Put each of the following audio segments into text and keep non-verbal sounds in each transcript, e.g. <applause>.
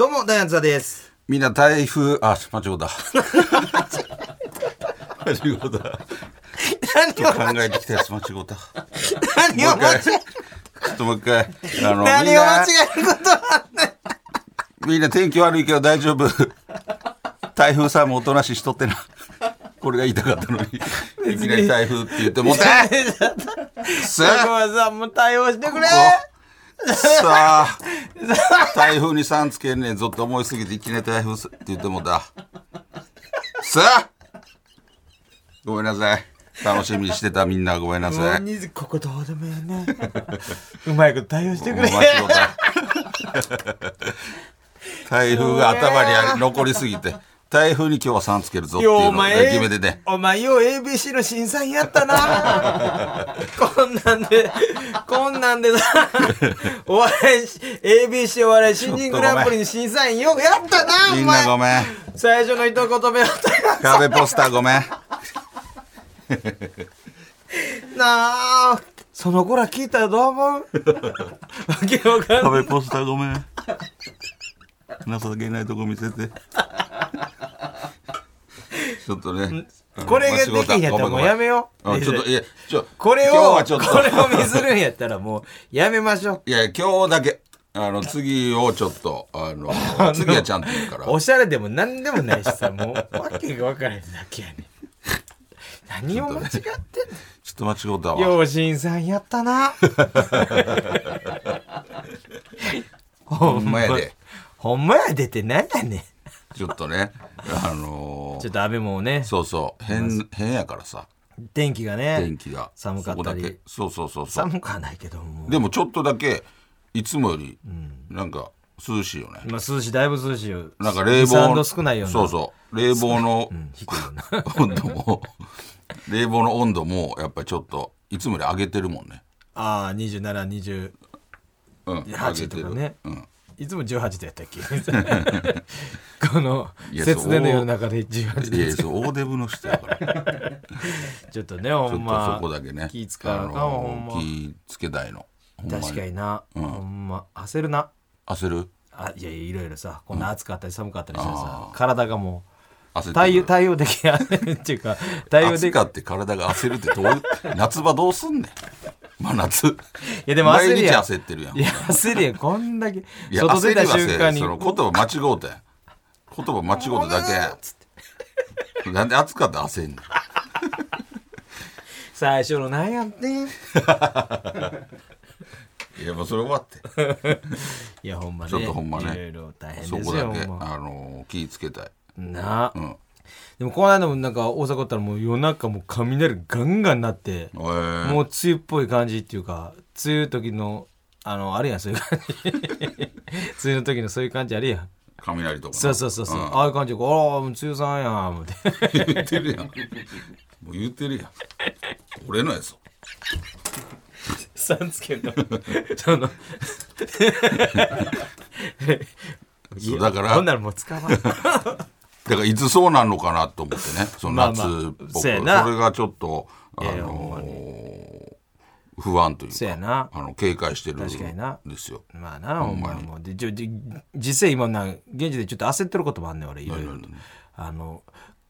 どうも、ダイアンツ田です。みんな台風、あ、魔女だ。魔女だ。ちょっと考えてきたやつ間違うた。何を間違ちょっともう一回。あの何みんをな間違えることなんだよみんな天気悪いけど大丈夫。台風さんもおとなしいしとってな。これが言いたかったのに。いきなり台風って言ってもうて。中さあ、村さんも対応してくれさあ、台風にさんつけんねんぞって思いすぎていきなり台風さって言ってもうた。さあ、ごめんなさい。楽しみにしてたみんなごめんなさい。もうここどうでもいいね。うまいこと対応してくもうれ。間違うた台風が頭にあり残りすぎて台風に今日はさんつけるぞっていうようのおを前、決めてねお前よう ABC の審査員やった <laughs> な。こんなんで、こんなんでさ、お笑いし、ABC お笑い新人グランプリの審査員ようやったな、おみんな前。ごめん最初の一言目は壁ポスターごめんなあその子ら聞いたらどう思うわけわかん <laughs> ない壁ポスターごめん情けないとこ見せてちょっとねこれができんやったらもうやめよようちょっといやちょこれを今日はちょっとこれを見せるんやったらもうやめましょ <laughs> いや今日だけあの次をちょっとあの次はちゃんと言うからうおしゃれでも何でもないしさもうわけがわからへんだけやねん何を間違ってんちょっと間違うたのわようしんさんやったなほ <laughs> ほんまやでほんまや出てなんやねんちょっとね、あのーちょっと安倍もねそうそう、変、変やからさ、天気がね天気が。寒かっそこただりけ。そうそうそうそう。寒くはないけどもでもちょっとだけ、いつもより、なんか、涼しいよね。今涼しいだいぶ涼しいよなんか冷23房度の、少ないようなそうそう、冷房の低いよな温度も、冷房の温度も、やっぱりちょっと、いつもより上げてるもんね。ああ2728うん、上げてとかる。ね、うん。いつも18度やったっけ <laughs> このいや節電のそう世の中で18いや、度そう、大デブの人やから、ちょっとね <laughs> ほちょんっとまそこだけね、気使うか、あのーほんま気つけたいの。ほんま確かにな、ほんま焦るな焦るあいやいやいろいろさこんな暑かったり寒かったりしたらさ、体がも焦ってうる対応対応できないっていうか対応で暑きいかって体が焦るってどういう夏場どうすんねん真 <laughs> 夏やでも焦る毎日やん焦ってるやんいや焦るやんこんだけいや外出た焦りは瞬せえ間にその言葉間違うたやん言葉間違うただけやんつってなんで暑かって焦んの最初のなんやってんいやもうそれ終わっていやほんまねちょっとほんまねいろいろ大変そでこすだよけ、ほんまあのー気ぃつけたいなあ、うんでもこの間もなんか大阪おったらもう夜中もう雷ガンガンなって、おいもう梅雨っぽい感じっていうか梅雨時のあのあるやんそういう感じ <laughs> 梅雨の時のそういう感じあるやん雷とかなそうそうそうそう、んああいう感じでこうああもう梅雨さんやん思って <laughs> 言ってるやんもう言ってるやん俺のやつさんつけ <laughs> んのそのそうだからほんならもう使わんだからいつそうなんのかなと思ってねそのまあ夏まあっぽく、そうやなそれがちょっとあいやいやほんのまー不安というそうやか <laughs> なあの警戒してるん確かになですよ。まあなほんまにもうでちょで実際今な現地でちょっと焦ってることもあんねん俺いろいろとあの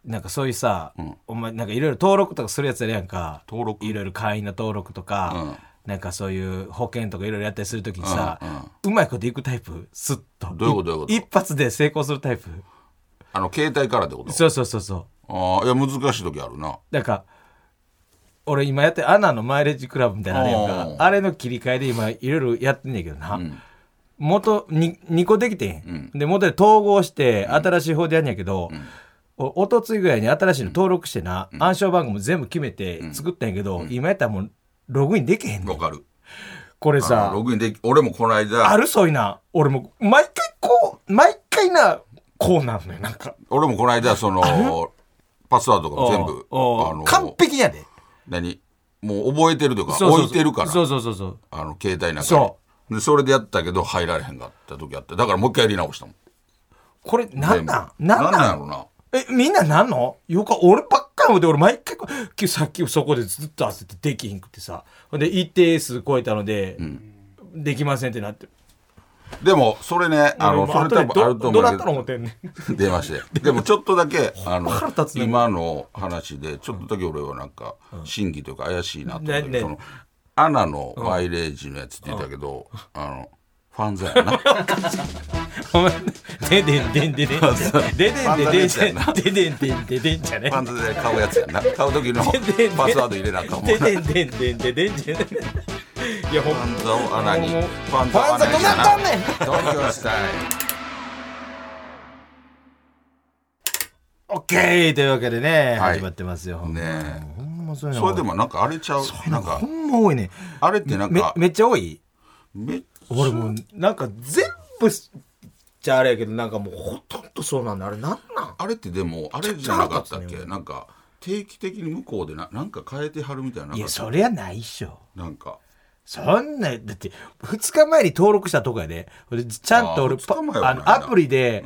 なんかそういうさ、お前なんかいろいろ登録とかするやつあるやんか登録いろいろ会員の登録とか、なんかそういう保険とかいろいろやったりするときにさ、うまいこといくタイプスッとどういうことどういうこと一発で成功するタイプあの携帯からってことそうそうそうそうああいや難しい時あるな。なんか俺今やってるアナのマイレージクラブみたいなのあれやんおかーあれの切り替えで今いろいろやってんねんけどな、元に2個できてん、で元で統合して新しい方でやんねやけど、おおとついぐらいに新しいの登録してな、暗証番号も全部決めて作ったんやけど、今やったらもうログインできへんねわんかる。これあのさログインでき俺もこの間あるそういうな俺も毎回こ毎回な、こうなんのよ、なんか。俺もこの間、その、パスワードとかも全部、あおうおうの、完璧やで。何もう覚えてるとか、そうそうそう置いてるから、そうそうそうそう。あの、携帯なんかそに。で、それでやったけど、入られへんかった時あって、だからもう一回やり直したもん。これ、なんなん全部なんなんなやろんな。え、みんななんのよか、俺ばっかり思って、俺毎回こう、今日さっき <laughs> そこでずっと焦ってできひんくてさ。ほんで、一定数超えたので、できませんってなってる。でも、それね、あの、俺それ多後で分あるとど思どううなけったの思どっ、てんねん。 <laughs> 出まして。でも、ちょっとだけ、あの腹立つ、ね今の話で、ちょっとだけ俺はなんか、審議というか怪しいなと思ったけねねど、その、アナのマイレージのやつって言ったけど、あの、ファンザや <laughs> な。お前ででんでんででんででんででんじゃんででんでんででんじゃねパンツで買うやつやんな買う時 <laughs> のパスワード入れなあかんもんでなでんでんでんででんじゃねいやほんパンツを穴にもうパンツを穴にしたなパンツど東京スタイオッケーというわけでねはい始まってますよほルんまねほんまそうえいうそれでのもなんかあれちゃうなんかほんま多いねあれってなんめかめっちゃ多いめ俺もうなんか全部しじゃあれやけどなんかもうほとんどそうなんだあれなんなんあれってでもあれじゃなかっちょたっっと腹立けつねなんか定期的に向こうでななんか変えてはるみたいななんいかやそりゃないっしょなんかそんな、だって、2日前に登録したとかやで、俺ちゃんと俺、あー二日前はパあないのなアプリで、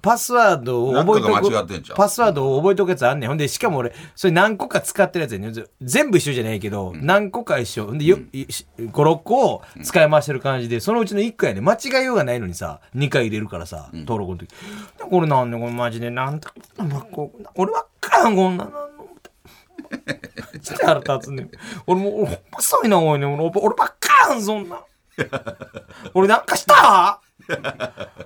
パスワードを覚えなんかが間違とってんちゃく、うパスワードを覚えとくやつあんねん。ほんで、しかも俺、それ何個か使ってるやつやねん。全部一緒じゃないけど、何個か一緒。ほんで、よ5、6個を使い回してる感じで、そのうちの1個やねん。間違いようがないのにさ、2回入れるからさ、登録の時。これなんねん、これマジで、なんだ、まこう俺ばっかやん、こんなの。 <laughs> ちょっと腹立つねん。俺も、俺ほんまそういうの多いねん。俺俺ばっかやん、そんなん。 <laughs> 俺なんかした <laughs>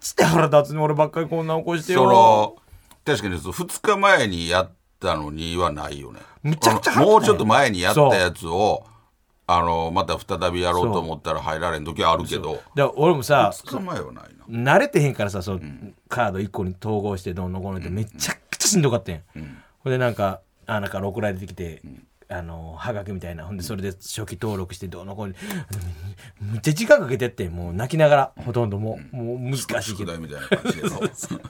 つって腹立つねん。俺ばっかりこんな起こしてそよ。の確かにそう2日前にやったのにはないよねむちゃくちゃあのもうちょっと前にやったそうやつをあのまた再びやろうと思ったら入られん時はあるけどだから俺もさ、 2日前はないな慣れてへんからさ、そのカード1個に統合してどんどんこうのってめちゃくちゃしんどかったん。ほんでなんか、あなんか送られてきて、あの、はがきみたいな。ほんでそれで初期登録してどうのこうの。むっちゃ時間かけてってん、もう泣きながら、ほとんどもう、もう難しいけ宿ど。題みたいな感 <laughs> じでそう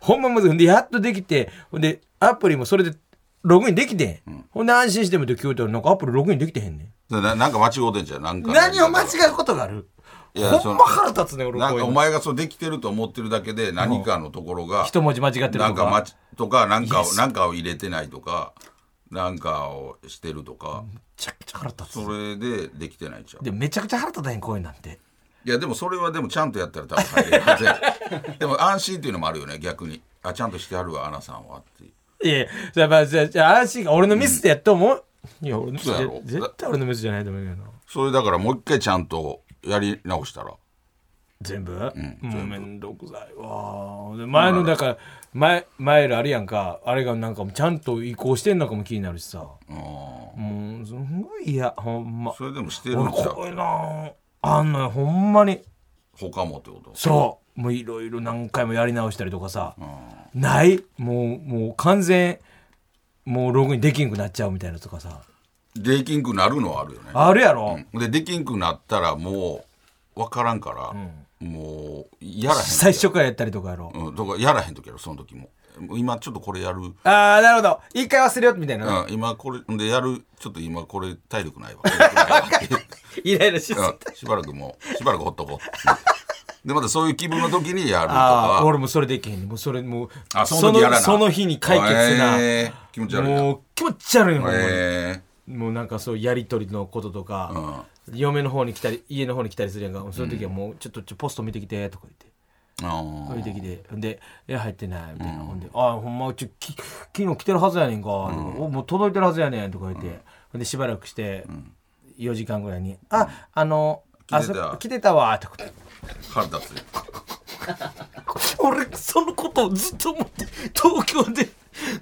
ほんまむずい。ほんで、やっとできて、ほんで、アプリもそれで、ログインできてん。ほんで、安心してもと聞いたら、なんかアプリログインできてへんねななんか間違うてんじゃんなんん。か何を間違うことがあるいやほんま腹立つね、俺、なんかこういおうの前がそうできてると思ってるだけで何かのところが一文字間違ってるとなんかまか。ちとかなんかなんかを入れてないとかなんかをしてるとかめちゃくちゃ腹立つ。それでできてないじゃんで、めちゃくちゃ腹立たへん、こういうのなんて。いやでもそれはでもちゃんとやったら多分入れるはずや <laughs> でも安心っていうのもあるよね逆にあちゃんとしてあるわアナさんはっていういや、やっぱ、じゃあじゃあ安心が俺のミスってやっと思う。いや、俺のミスそうやじゃろ絶対俺のミスじゃないと思うけどな。それだからもう一回ちゃんとやり直したら全部、もうめんどくさいわで前のだから前前らあるやんかあれがなんかもうちゃんと移行してんのかも気になるしさもうすんごい嫌ほんまそれでもしてるん俺ちゃこうういうのあんのよほんまに他もってことそうもういろいろ何回もやり直したりとかさ、ないもうもう完全もうログインできんくなっちゃうみたいなとかさできんくなるのはあるよねあるやろ、でできんくなったらもう分からんから、もうやらへん最初からやったりとかやろ、うん、とかやらへん時やろその時ももう今ちょっとこれやる、うん、ああなるほど一回忘れようみたいな、今これでやるちょっと今これ体力 <laughs> ないわ体力ないわイライラしすぎてうんしばらくもうしばらくほっとこうでまたそういう気分の時にやるとああか俺もそれできへんねもうそれもうあその時やらなその日に解決せな、えー気持ち悪いなもう気持ち悪いの、ほんまにえもうなんかそうやり取りのこととか、嫁の方に来たり家の方に来たりするやんかその時はもうちょっとちょポスト見てきてとか言って。ーあ見てきてほんで「いや入ってない」みたいな、ほんで「あほんまうちき昨日来てるはずやねんか」おもう届いてるはずやねん」とか言って、ほんでしばらくして4時間ぐらいに「ああの来あてたそ来てたわ」とかー腹立つよ俺そのことをずっと思って東京で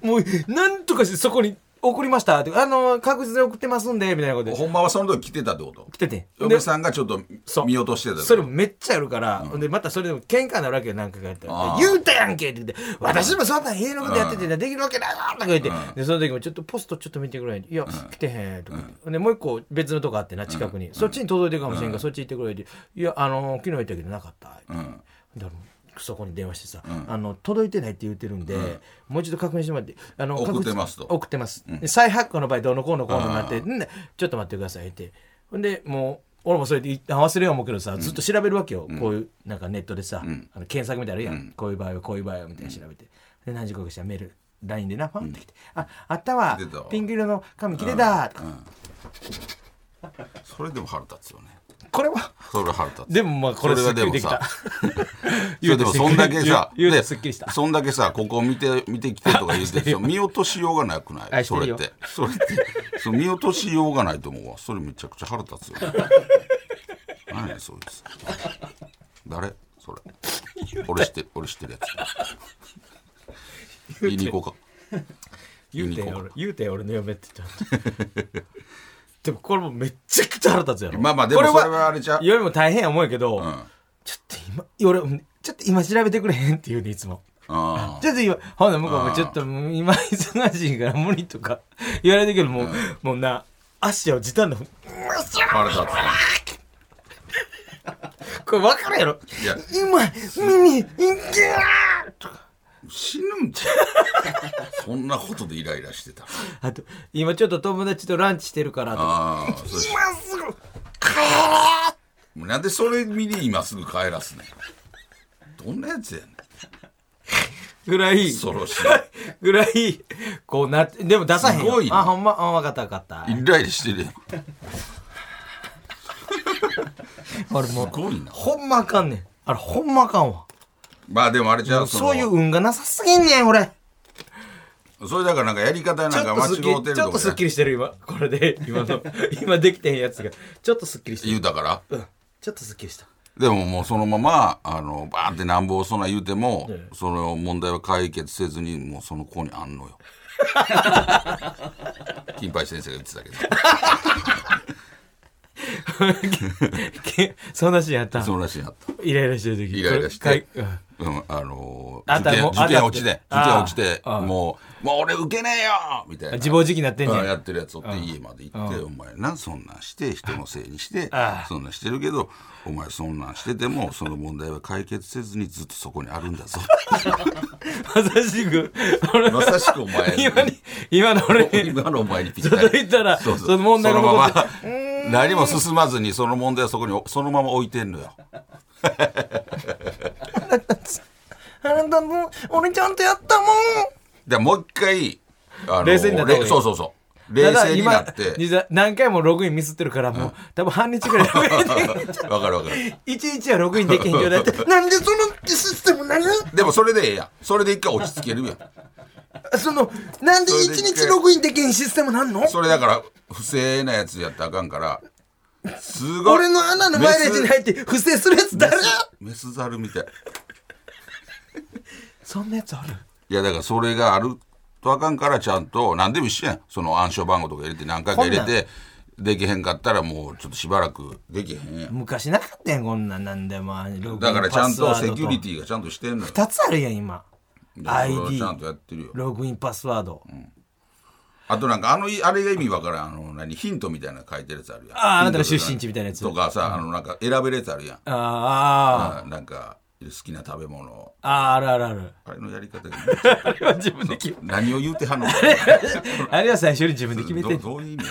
もう何とかしてそこに送りましたってあの確実に送ってますんでみたいなことでほんまはその時来てたってこと来てて嫁さんがちょっとそう見落としてたってことそれもめっちゃやるから、ほん、でまたそれでも喧嘩になるわけよ何回かやったら「言うたやんけ」って言って「私もそんな家のことやっててできるわけないわ」とか言って、でその時も「ちょっとポストちょっと見てくれ」いや、来てへん」とか言って、ほんでもう一個別のとこあってな近くに、そっちに届いてるかもしれんから、そっち行ってくれ」って「いやあのー昨日行ったけどなかった」ってだからそこに電話してさ、あの届いてないって言ってるんで、もう一度確認してもらってあの送っ確て実ますと送ってます、で再発行の場合どうのこうのこうのになってんでちょっと待ってくださいってほんでもう俺もそれで一旦忘れよう思うけどさずっと調べるわけよ、こういうなんかネットでさ、あの検索みたいなのあるやん、こういう場合はこういう場合はみたいなの調べて、で何時刻でしたらメール LINE でなファンってきて「ああったわ出たわピンク色の髪切れた」とか、それでも腹立つよねこれはそれ腹立つでもまあこれすっきりできたそ <laughs> れでもそんだけさ言うでてすっきりしたそんだけさここ見て見てきてとか言って <laughs> そう見落としようがなくない愛しそてるれっよてそれってそう見落としようがないと思うわそれめちゃくちゃ腹立つよ何やねんそいつ誰それ俺知ってる俺知ってるやつ言いに行こうか言うてユニコーン俺言うて俺の嫁って言ったの <laughs> でもこれもめっちゃくちゃ腹立つやろまあまあでもこそれはあれちゃうよりも大変や思うけど、んちょっと今俺ちょっと今調べてくれへんって言うねいつもあちょっと今ほんなら向こうもちょっともう今忙しいから無理とか <laughs> 言われてるけどもう、もうな足を時短のあ腹立これ分かるやろついや今耳いけーとか死ぬんちゃうそんなことでイライラしてたあと今ちょっと友達とランチしてるからとかああそうし今すぐもうなんでそれ見に今すぐ帰らすねんどんなやつやねんぐらい恐ろしい <laughs> ぐらい、こうなって、でも出さへんよ。すごいなあ、ほんま、あ、わかったわかった。イライラしてるやん俺もうすごい <laughs> なほんまあかんねん。あれ、ほんまあかんわ。まあでもあれじゃうそのそういう運がなさすぎんねん、俺。それだからなんかやり方ちなょっとんか間すっき違うてり、るちょっととかすっきねりしてる、今。これで、今の、 <laughs> 今できてへんやつが。ちょっとすっきりして言る。うたかちらょっとすっきりした。 <laughs> でももうそのままあのバーンってなんぼそんなん言うても、その問題は解決せずにもうその子にあんの <laughs> よ金八先生が言ってたけどけそんなシーンやったんそうらしいなったイライラしてる時。イライラしこれてかいうん、うん、あのあんー、た受験もう受験落ちて、受あ験んた落ちて、ああもう、もう俺受けねえよみたいな。自暴自棄になってんねうんやん。ってるやつおって家まで行って、お前な、そんなんして、人のせいにしてああ、そんなんしてるけど、お前そんなんしてても、その問題は解決せずにずっとそこにあるんだぞ。まさしく、俺まさしくお前今に、今の俺、今のお前にぴったり。届いたら、そうそうその問題がその残まってま、何も進まずに、その問題はそこに、そのまま置いてんのよ。あなたも、俺ちゃんとやったもん。でもう一回、あの冷静になった方がいいれそうそうそう。冷静になったてだ。今、何回もログインミスってるから、もう、多分半日ぐらい <laughs> ログインできん、わかるわかる。一日はログインできへん状態 <laughs> で、なんでそのシステム何でもそれでええやん。それで一回落ち着けるやん。その、なんで一日ログインできへんシステムなんのそれだから、不正なやつやったらあかんから、すごい。俺の穴のマイレージに入って不正するやつ誰メスメスザルみたい。そんなやつあるいや、だからそれがあるとあかんから、ちゃんと、何でも一緒やん。その暗証番号とか入れて何回か入れこんて、できへんかったらもうちょっとしばらくできへんやん。昔なかったやん、こんなんなんでも、ログイだンからちゃんとセキュリティ。ティがちゃんとしてんのよ。二つあるやん、今。でそれ ID はちゃ、んとやってるよ。ログインパスワード。あとなんかあのいあれが意味わからんあの何ヒントみたいなの書いてるやつあるやん。あーあなたのヒントとか出身地みたいなやつとかさ、あのなんか選べるやつあるやん。あーあなんか好きな食べ物あー、あーあるあるある。あれのやり方が <laughs> あれは自分で決め、何を言うては <laughs> んのかあれは最初に自分で決めてんどのどういう意味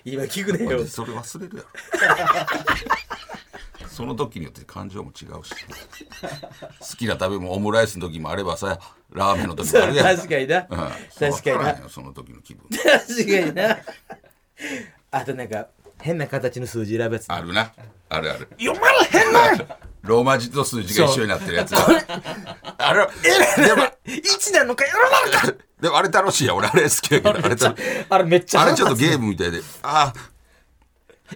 <laughs> 今聞くねやよで。それ忘れるやろ <laughs> その時によって感情も違うし好きな食べ物オムライスの時もあればさラーメンの時もあるや <laughs> ん確かにな。うん確かにわらんな。よその時の気分確かにな。あとなんか、変な形の数字選ぶやつ。あるなあるある読まれへんなローマ字と数字が一緒になってるやつあれでも !1 なのか読まれかでもあれ楽しいやん俺あれ好きやけどあれ楽しいあれめっちゃあ腹れち立ょっとつゲームみたいで、ああ、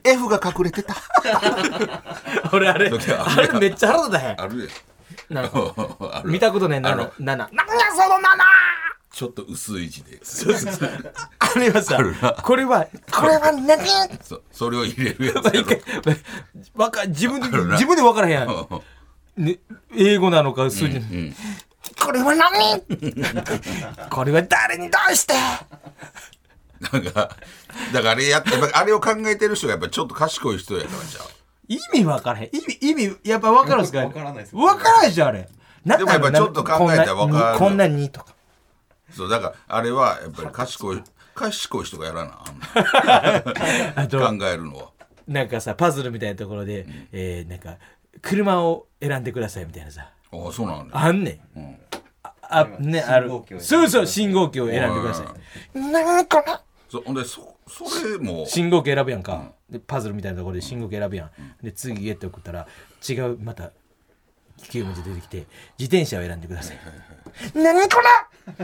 F が隠れてた。俺あれ、時々あれめっちゃ腹立たへん。あるやん。なんか <laughs> ある見たことねえな、ある7。なんやちょっと薄い字で。その 7! あれはさあるな、これは、これは何 <laughs> そそれを入れるやつ毎やろ回わか自分であるな自分で分からへんやん、うん <laughs> うんね、英語なのか数字、これは何これは誰にどうしてなんか、だからあれやっぱあれを考えてる人がやっぱちょっと賢い人やからじゃう意味分からへん。意味、意味、やっぱ分かるんですか分からないです分からないじゃん、あれ。なでもやっぱちょっと考えたら分かるこんなにとか。そうだからあれはやっぱり賢い賢い人がやらなああと <laughs> ん、な考えるのはなんかさ、パズルみたいなところで、えーなんか、車を選んでくださいみたいなさ。ああそうなんだあんねん。あ、ね、ある信号機を。選んでそうそう、信号機を選んでください。なんかなそほんでそそれも信号機選ぶやんか、でパズルみたいなところで信号機選ぶやん、で次へって送ったら違うまた9文字出てきて自転車を選んでください、何こ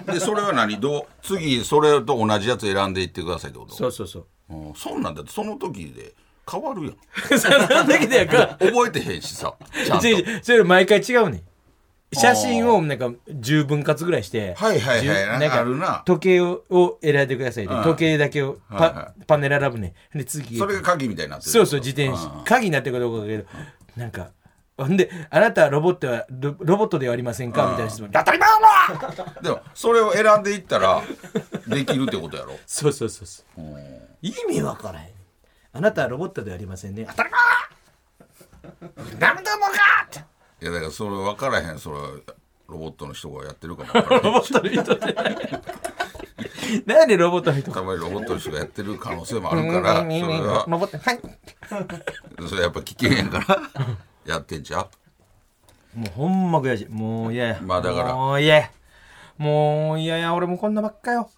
れでそれは何どう次それと同じやつ選んでいってくださいってことそうそうそううんそうなんだってその時で変わるやんその時 <laughs> だよか覚えてへんし <laughs> さちゃんと違う違うそれ毎回違うねん写真をなんか10分割ぐらいしてはいはいはい10なあるな時計をを選んでくださいで、ん時計だけをパ,、はいはパネル選ぶねんで次へそれが鍵みたいになってるそうそう自転車鍵になってるかどうかだけどなんかほんで「あなたはロボットはロロボットではありませんか?」みたいな質問「当たり前お前でもそれを選んでいったらできるってことやろそうそうそうそう意味わからへんあなたはロボットではありませんね当た <laughs> り前何でもかっていやだからそれ分からへんそれはロボットの人がやってるか <laughs> も分からへんロボットの人ってなんでロボットの人たかまにロボットの人がやってる可能性もあるからそれはロボットはいそれやっぱ危険やから <laughs> やってんちゃうもうほんま悔しいもう嫌やまあだからもう嫌やもう嫌や俺もこんなばっかよ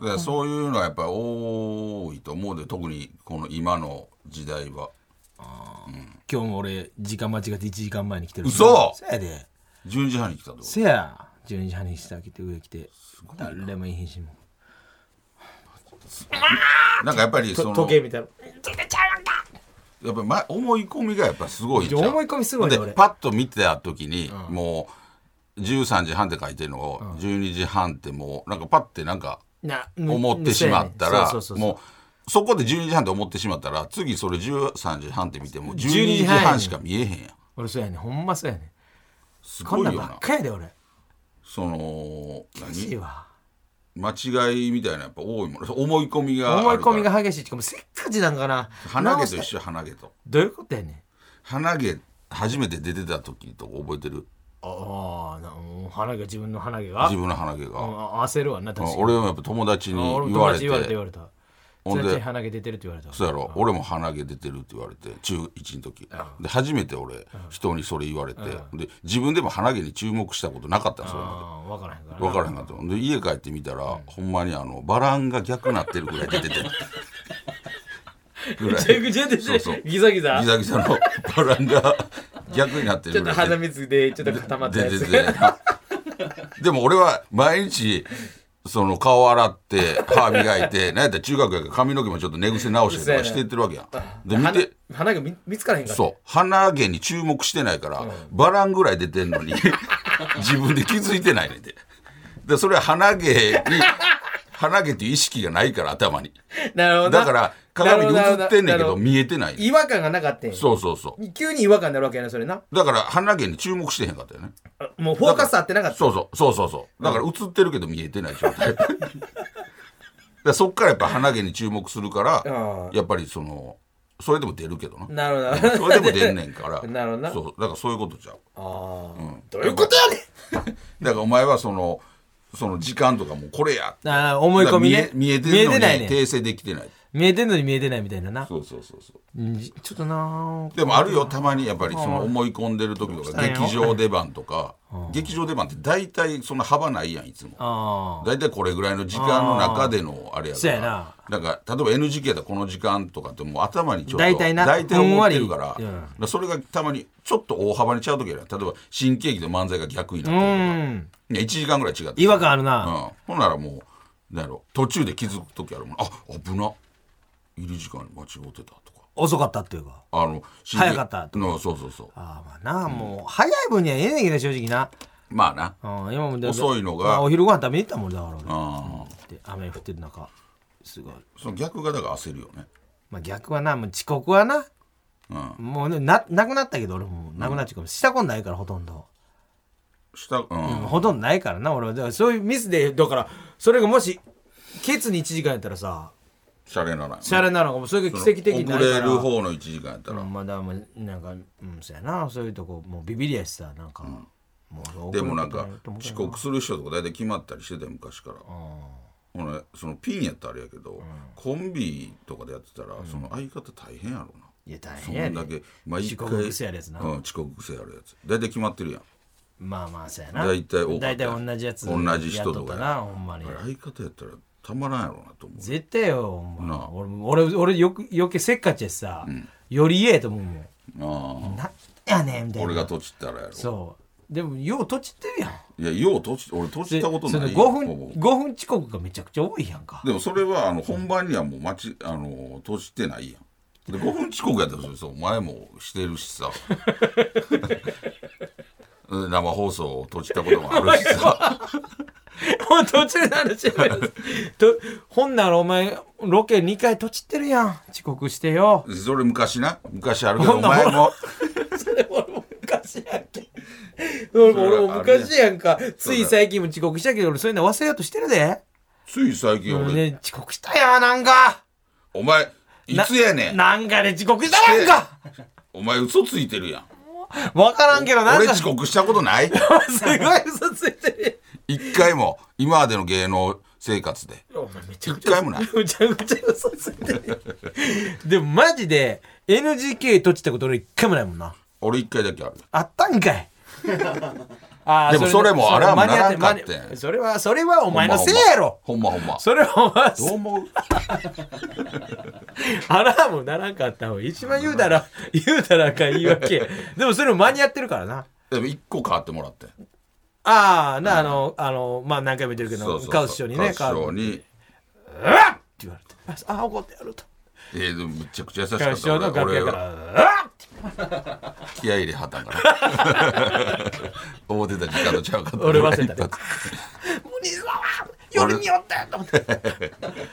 だからそういうのはやっぱ多いと思うで特にこの今の時代は今日も俺時間間違って1時間前に来てる嘘そやで12時半に来たってこせや12時半に下来て上来て誰もいへんしもとなんかやっぱりそのやみたいなっぱりま思い込みがやっぱすごいんちゃう思い込みすごいねで俺パッと見てた時に、もう13時半って書いてるのを、12時半ってもうなんかパッてなんかな思ってしまったらそうそうそうそうもうそこで12時半って思ってしまったら次それ13時半って見ても12時12時半半にしか見えへんやん俺そうやねんほんまそうやねんすこんごいなんよばなっかやで俺そのいい何わ間違いみたいなやっぱ多いもん思い込みがある思いから込みが激しいしかもせっかちなんかな鼻毛と一緒緒鼻毛とどういうことやねん鼻毛初めて出てた時とか覚えてるああなもう鼻毛自分の鼻毛が自分の鼻毛うがんあ焦るわな確かに俺もやっぱ友達にあ俺も言友われ達て言われた言われたほんで友達に鼻毛出てるって言われたそうやろ俺も鼻毛出てるって言われて中1の時で初めて俺人にそれ言われてで自分でも鼻毛に注目したことなかったんですよああ分からへんからな分からへんかったで家帰ってみたらほんまにあのバランが逆なってるぐらい <laughs> 出ててぐらぐいちゃぐちゃでそうそうギザギザギザギザのバランが逆になってちるょっぐらとい鼻水でちょっと固まったや出てつてでも俺は毎日その顔洗って歯磨 <laughs> いてなんやったら中学やから髪の毛もちょっと寝癖直したりとかしてってるわけやんで見て鼻鼻が見見つからへんからそう鼻毛に注目してないから、バランぐらい出てんのに <laughs> 自分で気づいてないねんてでそれは鼻毛に鼻毛っていう意識がないから頭になるほどなだから鏡に映ってんねなるんけどほ見えてないねん違和感がなかったんやそうそうそ急に違和感になるわけやなそれなうだから鼻毛に注目してへんかったよねあもうフォーカス合ってなかったそうそうそうそうそうだから映ってるけど見えてない状 <laughs> 態だからそっからやっぱ鼻毛に注目するからうんやっぱりそのそれでも出るけどななるほどなそれでも出んねんから <laughs> なるほどなそうだからそういうことじゃうあーどういうことやねんだからお前はそのその時間とかもうこれやあー思い込みね見え見えてるの見えてないねに訂正できてない見えてんのに見えてないみたいななそうそうそうそううんちょっとなでもあるよたまにやっぱりその思い込んでる時とかうん劇場出番とか劇場出番って大体そんな幅ないやんいつもああ大体これぐらいの時間の中でのあれやかそうやらななんか例えば NGK やったらこの時間とかってもう頭にちょっと大体な大体思ってるから,、ふんわりうんそれがたまにちょっと大幅にちゃう時やな例えば新喜劇と漫才が逆になってうるんとかいや1時間ぐらい違って違和感あるうんな、ほんならもうなんやろ途中で気づく時あるもんあ危な入り時間に間違ってたとか遅かったっていうかあの新早かったとのそうそうそうああまあなもう早い分にはええねんけど正直なまあなうん今もだ遅いのがまあお昼ご飯食べに行ったもんだから俺あで雨降ってる中すごいその逆がだから焦るよねまあ逆はなもう遅刻はなうんもうねななくなったけど俺もなくなっちゃうかもしたことないからほとんど、したうん、ほとんどないからな俺はだからそういうミスでだからそれがもしケツに1時間やったらさシャレならんよねシャレなのかもそれが奇跡的にな遅るかれらる方の1時間やったら、うんまあだからもうなんかうんそうやなそういうとこもうビビりやしさなんか、もうでもなんか遅遅刻する人とか大体決まったりしてて昔から、ほなそのピンやったらあれやけど、コンビとかでやってたら、その相方大変やろうないや大そ変やんでだけ毎遅刻癖やるやつなうん、遅刻癖あるやつ大体決まってるやんまあまあそうやな大体多かった大体同じやつ同じ人やとったかやなほんまにあれ相方やったらたまらんやろうなと思う絶対よほんなあま俺俺俺よく余計せっかちやしさ、よりええと思うもんあなんやねんみたあいな俺がとちったらやろそうでもようとちってるやんいやようとち俺とちったことないでよその5ほ分ぼ5分遅刻がめちゃくちゃ多いやんかでもそれはあの本番にはもう待ちあの閉じてないやん。で5分遅刻やったらそれそう前もしてるし <laughs> さ生放送を閉じたこともあ <laughs> るしさもう途中で話しないとほんならお前ロケ2回とちってるやん遅刻してよそれ昔な昔あるけ <laughs> どほおんな前もそれ俺も昔やんけ <laughs> 俺も俺も昔やんかつい最近も遅刻したけど俺そういうの忘れようとしてるでつい最近俺俺、ね遅刻したやんなんかお前いなつやねんなんかで遅刻したやん <laughs> かお前嘘ついてるやん分からんけどなん俺か遅刻したことない <laughs> すごい嘘ついてる一回も今までの芸能生活でやんお前めちゃく一ちゃ回 <laughs> もないめちゃくちゃ嘘ついてるやんでもマジで NGK とちったこと俺一回もないもんな俺一回だけあるあったんか <laughs> い。あーでもそれもねあれはそれ間に合ならんかって間にそれは、それはお前のせいやろ。ほんまほんまほんまそれはお前のせいどう思うアラームならんかった方がいい一番言う <laughs> たら、言うたらあかん言い訳。でもそれも間に合ってるからな。でも一個変わってもらってああ、な、あの、あの、まあ何回も言ってるけど、カウス師匠にね、カウスカ師匠ウスにうわっって言われて。ああ、怒ってやると。えー、でもめちゃくちゃ優しかカウスっ師た匠の俺楽俺屋かはら、うわっって気合い入れはったんから <laughs> 思ってた時間とちゃうかった俺忘れたね一発無理だわよりによってと思って。 <laughs>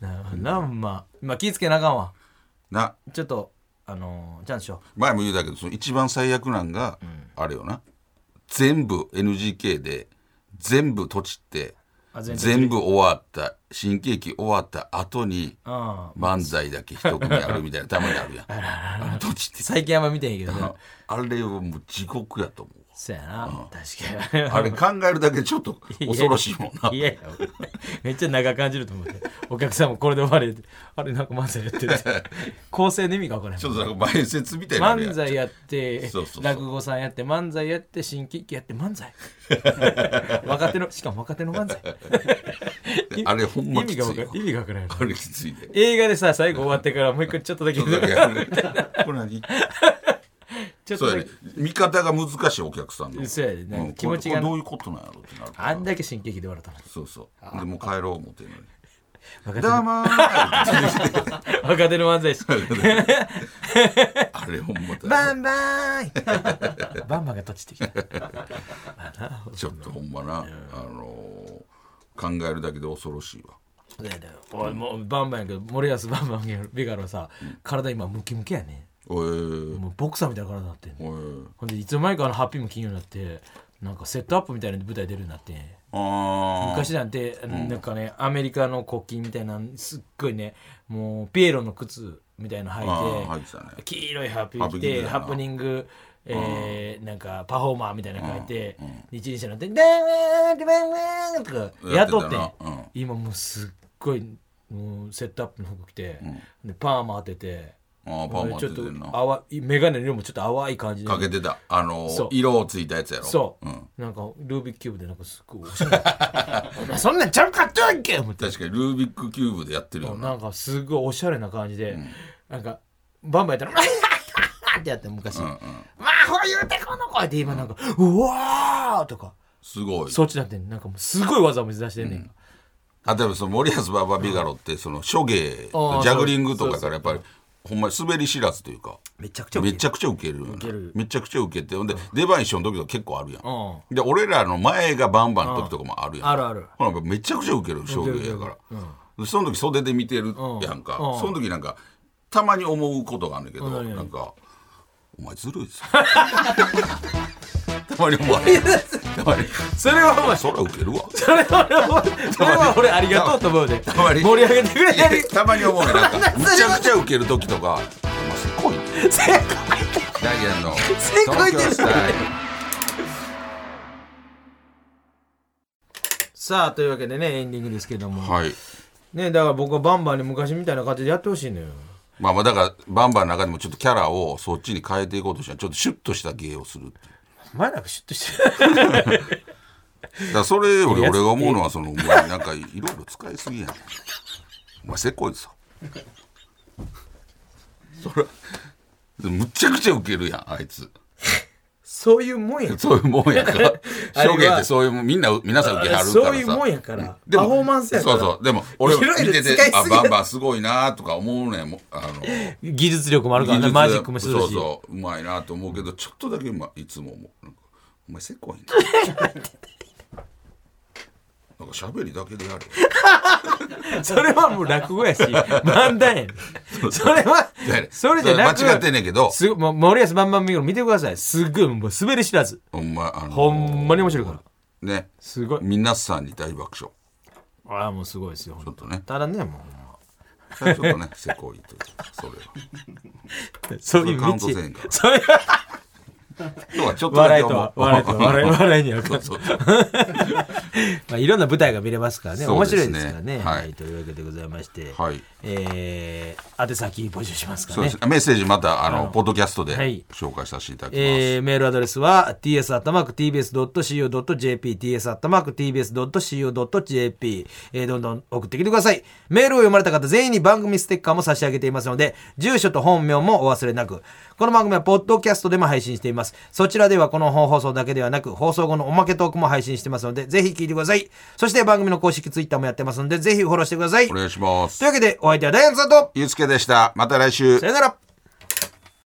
なあなあ、まあ、まあ気ぃつけなあかんわ。 <laughs> なちょっと、あのー、ちゃんとしよ前も言うたけどその一番最悪なんが、あれよな全部 NGK で全部閉じてあ全部全部終わった新喜劇終わった後にう。うん。漫才だけ一組あるみたいなたまにあるやんあの閉じて最近あんま見てへんけどね。あれはもう地獄やと思うそうやな。確かに。あれ考えるだけでちょっと恐ろしいもんないやいや、めっちゃ長く感じると思って。お客さんもこれで終わりで。あれ、なんか漫才やってる。 <laughs> 構成の意味がわからないちょっとなんか前説みたいなのや漫才やってそうそうそう落語さんやって漫才やって新喜劇やって漫 <laughs> 才若手のしかも若手の漫才あれほんま意き味ついがわわか意味がわからないあれきつ <laughs> いで映画でさ最後終わってからもう一回ちょっとだけちょっとだけやるこれ何ちょっそとうやだねけ見方が難しいお客さんのそうやねなんか気持ちがうんこれこれどういうことなんやろってなるあからんだけ新喜劇で笑ったのにそうそうでもう帰ろう思っ <laughs> てんのに若手どうのもー若手の漫才師あれほんまバだンバーン <laughs> バンバンが閉じてきた。ちょっとほんまなあのー考えるだけで恐ろしいわおいもうバンバンやけど森保バンバンビガロさ体今ムキムキやねえーもうボクサーみたいな体になってんえねーほんでいつの間にかあのハッピーも金曜になってなんかセットアップみたいな舞台出るようになってあー昔なんてなんかねアメリカの国旗みたいなすっごいねもうピエロの靴みたいなのあー履入っいててたね黄色いハッピー着てハハププニニングえーなんかパフォーマーみたいなの書いてうんうん一輪車乗って「ダーンダーン!」とか雇ってやってたなうん今もうすっごいもうセットアップの服着てんでパーマ当ててあーパーマちょっ当てとてんな淡い眼鏡の色もちょっと淡い感じでかけてたあのーそう色をついたやつやろそう、んなんかルービックキューブでなんかすっごいおしゃれ <laughs> お前そんなんちゃうかっちゃうんけ思って確かにルービックキューブでやってるよななんかすごいおしゃれな感じで、なんかバンバンやったら「 <laughs> ってやって昔、まあほ言うてこの子って今なんか「うわー!」とかすごいそっちだってんなんかもうすごい技も出してんねん、あでもその森保バーバービガロってその諸芸ジあーャグリングとかからやっぱりほんまに滑り知らずというかめちゃくちゃめちゃゃくちゃウケるよウケるねめちゃくちゃウケてほんで出番一緒の時とか結構あるやんうで俺らの前がバンバンの時とかもあるやんあるあるほらめちゃくちゃウケる将棋やから、でその時袖で見てるやんか、うんその時なんかたまに思うことがあるんだけど、何 <laughs> なんか「お前ずるいっす」たまに思われるそれはお前 <laughs> そらウケるわ <laughs> それは俺それは俺ありがとうと思うでたまに盛り上げてくれてるたまに思うねなんか <laughs> そんむなちゃくちゃウケる時とか「せこい」ダイアンのせこいです東京スタイルさあというわけでねエンディングですけども、はいねだから僕はバンバンに昔みたいな感じでやってほしいのよまあまあだからバンバンの中でもちょっとキャラをそっちに変えていこうとしたらちょっとシュッとした芸をするっていうお前なんかシュッとしてるだからそれより俺が思うのはそのお前なんかいろいろ使いすぎやんお前せこいぞそらむちゃくちゃウケるやんあいつそういうもんやそういうもんやから <laughs> あれは証言ってそういうもんみんな皆さんウケはるからさそういうもんやからパフォーマンスやからそうそうでも俺いろいろ見て使いてすぎあバンバンすごいなとか思うねんもあの技術力もあるからね技術マジックもするしそうそううまいなと思うけどちょっとだけ、ま、いつも思うなんかお前せこいな <laughs> なんか喋りだけでやるそれはもう落語や <laughs> し漫談やねんそれは <laughs> それでなく間違ってんねんけどすごいもう森保バンバン見ろ見てくださいすっごいもう滑り知らずほんまあのほんまに面白いからねすごい皆さんに大爆笑ああもうすごいですよちょ本っとね当ただねもちょっとね <laughs> せこいというそれはうそういうそれカウント道せえへんからそういう今日はちょっとだ笑けいと思うは笑い <laughs> とは笑い笑いにはそうそう <laughs> まあいろんな舞台が見れますからねそう面です白いねですからねはいはいというわけでございましてはいえー宛先募集しますか <laughs> そうねですメッセージまたあのポッドキャストではい紹介させていただきます、えーメールアドレスは ts.tbs.co.jp ts.tbs.co.jp、えーどんどん送ってきてください。メールを読まれた方全員に番組ステッカーも差し上げていますので、住所と本名もお忘れなく。この番組はポッドキャストでも配信しています。そちらではこの本放送だけではなく、放送後のおまけトークも配信してますので、ぜひ聞いてください。そして番組の公式ツイッターもやってますので、ぜひフォローしてください。おとい願いしますうわけで、お相手はダイアンさんと、ゆうすけでしたまた来週さよなら。